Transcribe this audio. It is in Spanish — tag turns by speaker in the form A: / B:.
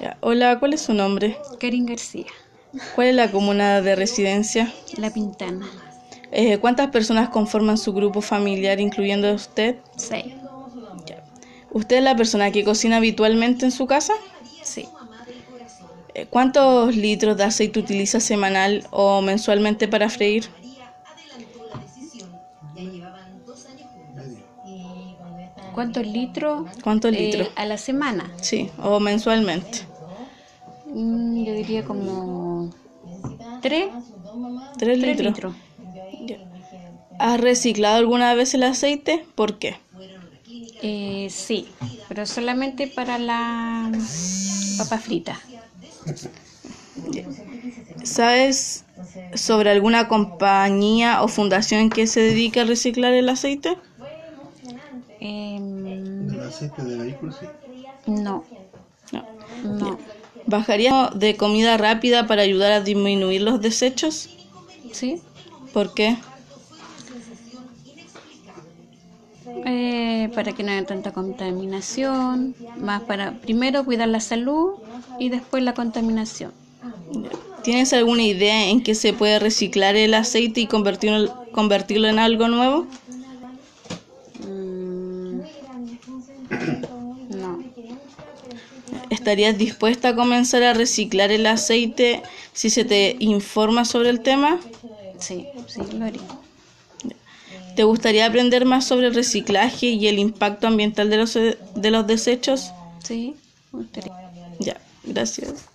A: Ya. Hola, ¿cuál es su nombre?
B: Karin García,
A: ¿Cuál es la comuna de residencia?
B: La Pintana,
A: Eh, ¿Cuántas personas conforman su grupo familiar, incluyendo a usted?
B: 6.
A: Ya. ¿Usted es la persona que cocina habitualmente en su casa?
B: Sí,
A: Eh, ¿Cuántos litros de aceite utiliza semanal o mensualmente para freír?
B: ¿cuántos litros?
A: ¿Cuántos
B: eh,
A: litros?
B: a la semana.
A: Sí, o mensualmente.
B: Mm, yo diría como 3
A: Tres
B: litros.
A: litros. ¿Has reciclado alguna vez el aceite? ¿Por qué?
B: Eh, sí, pero solamente para la mm, papa frita.
A: ¿Sabes sobre alguna compañía o fundación que se dedique a reciclar el aceite?
B: Em,
C: El aceite de vehículo, sí.
B: no,
A: No.
B: no.
A: ¿Bajaría de comida rápida para ayudar a disminuir los desechos?
B: ¿Sí?
A: ¿Por qué?
B: Eh, para que no haya tanta contaminación, más para primero cuidar la salud y después la contaminación.
A: ¿Tienes alguna idea en qué se puede reciclar el aceite y convertirlo, convertirlo en algo nuevo?
B: Mm, no,
A: ¿Estarías dispuesta a comenzar a reciclar el aceite si se te informa sobre el tema?
B: sí, sí, lo haría.
A: ¿Te gustaría aprender más sobre el reciclaje y el impacto ambiental de los, de los desechos?
B: Sí, me gustaría.
A: Ya, gracias.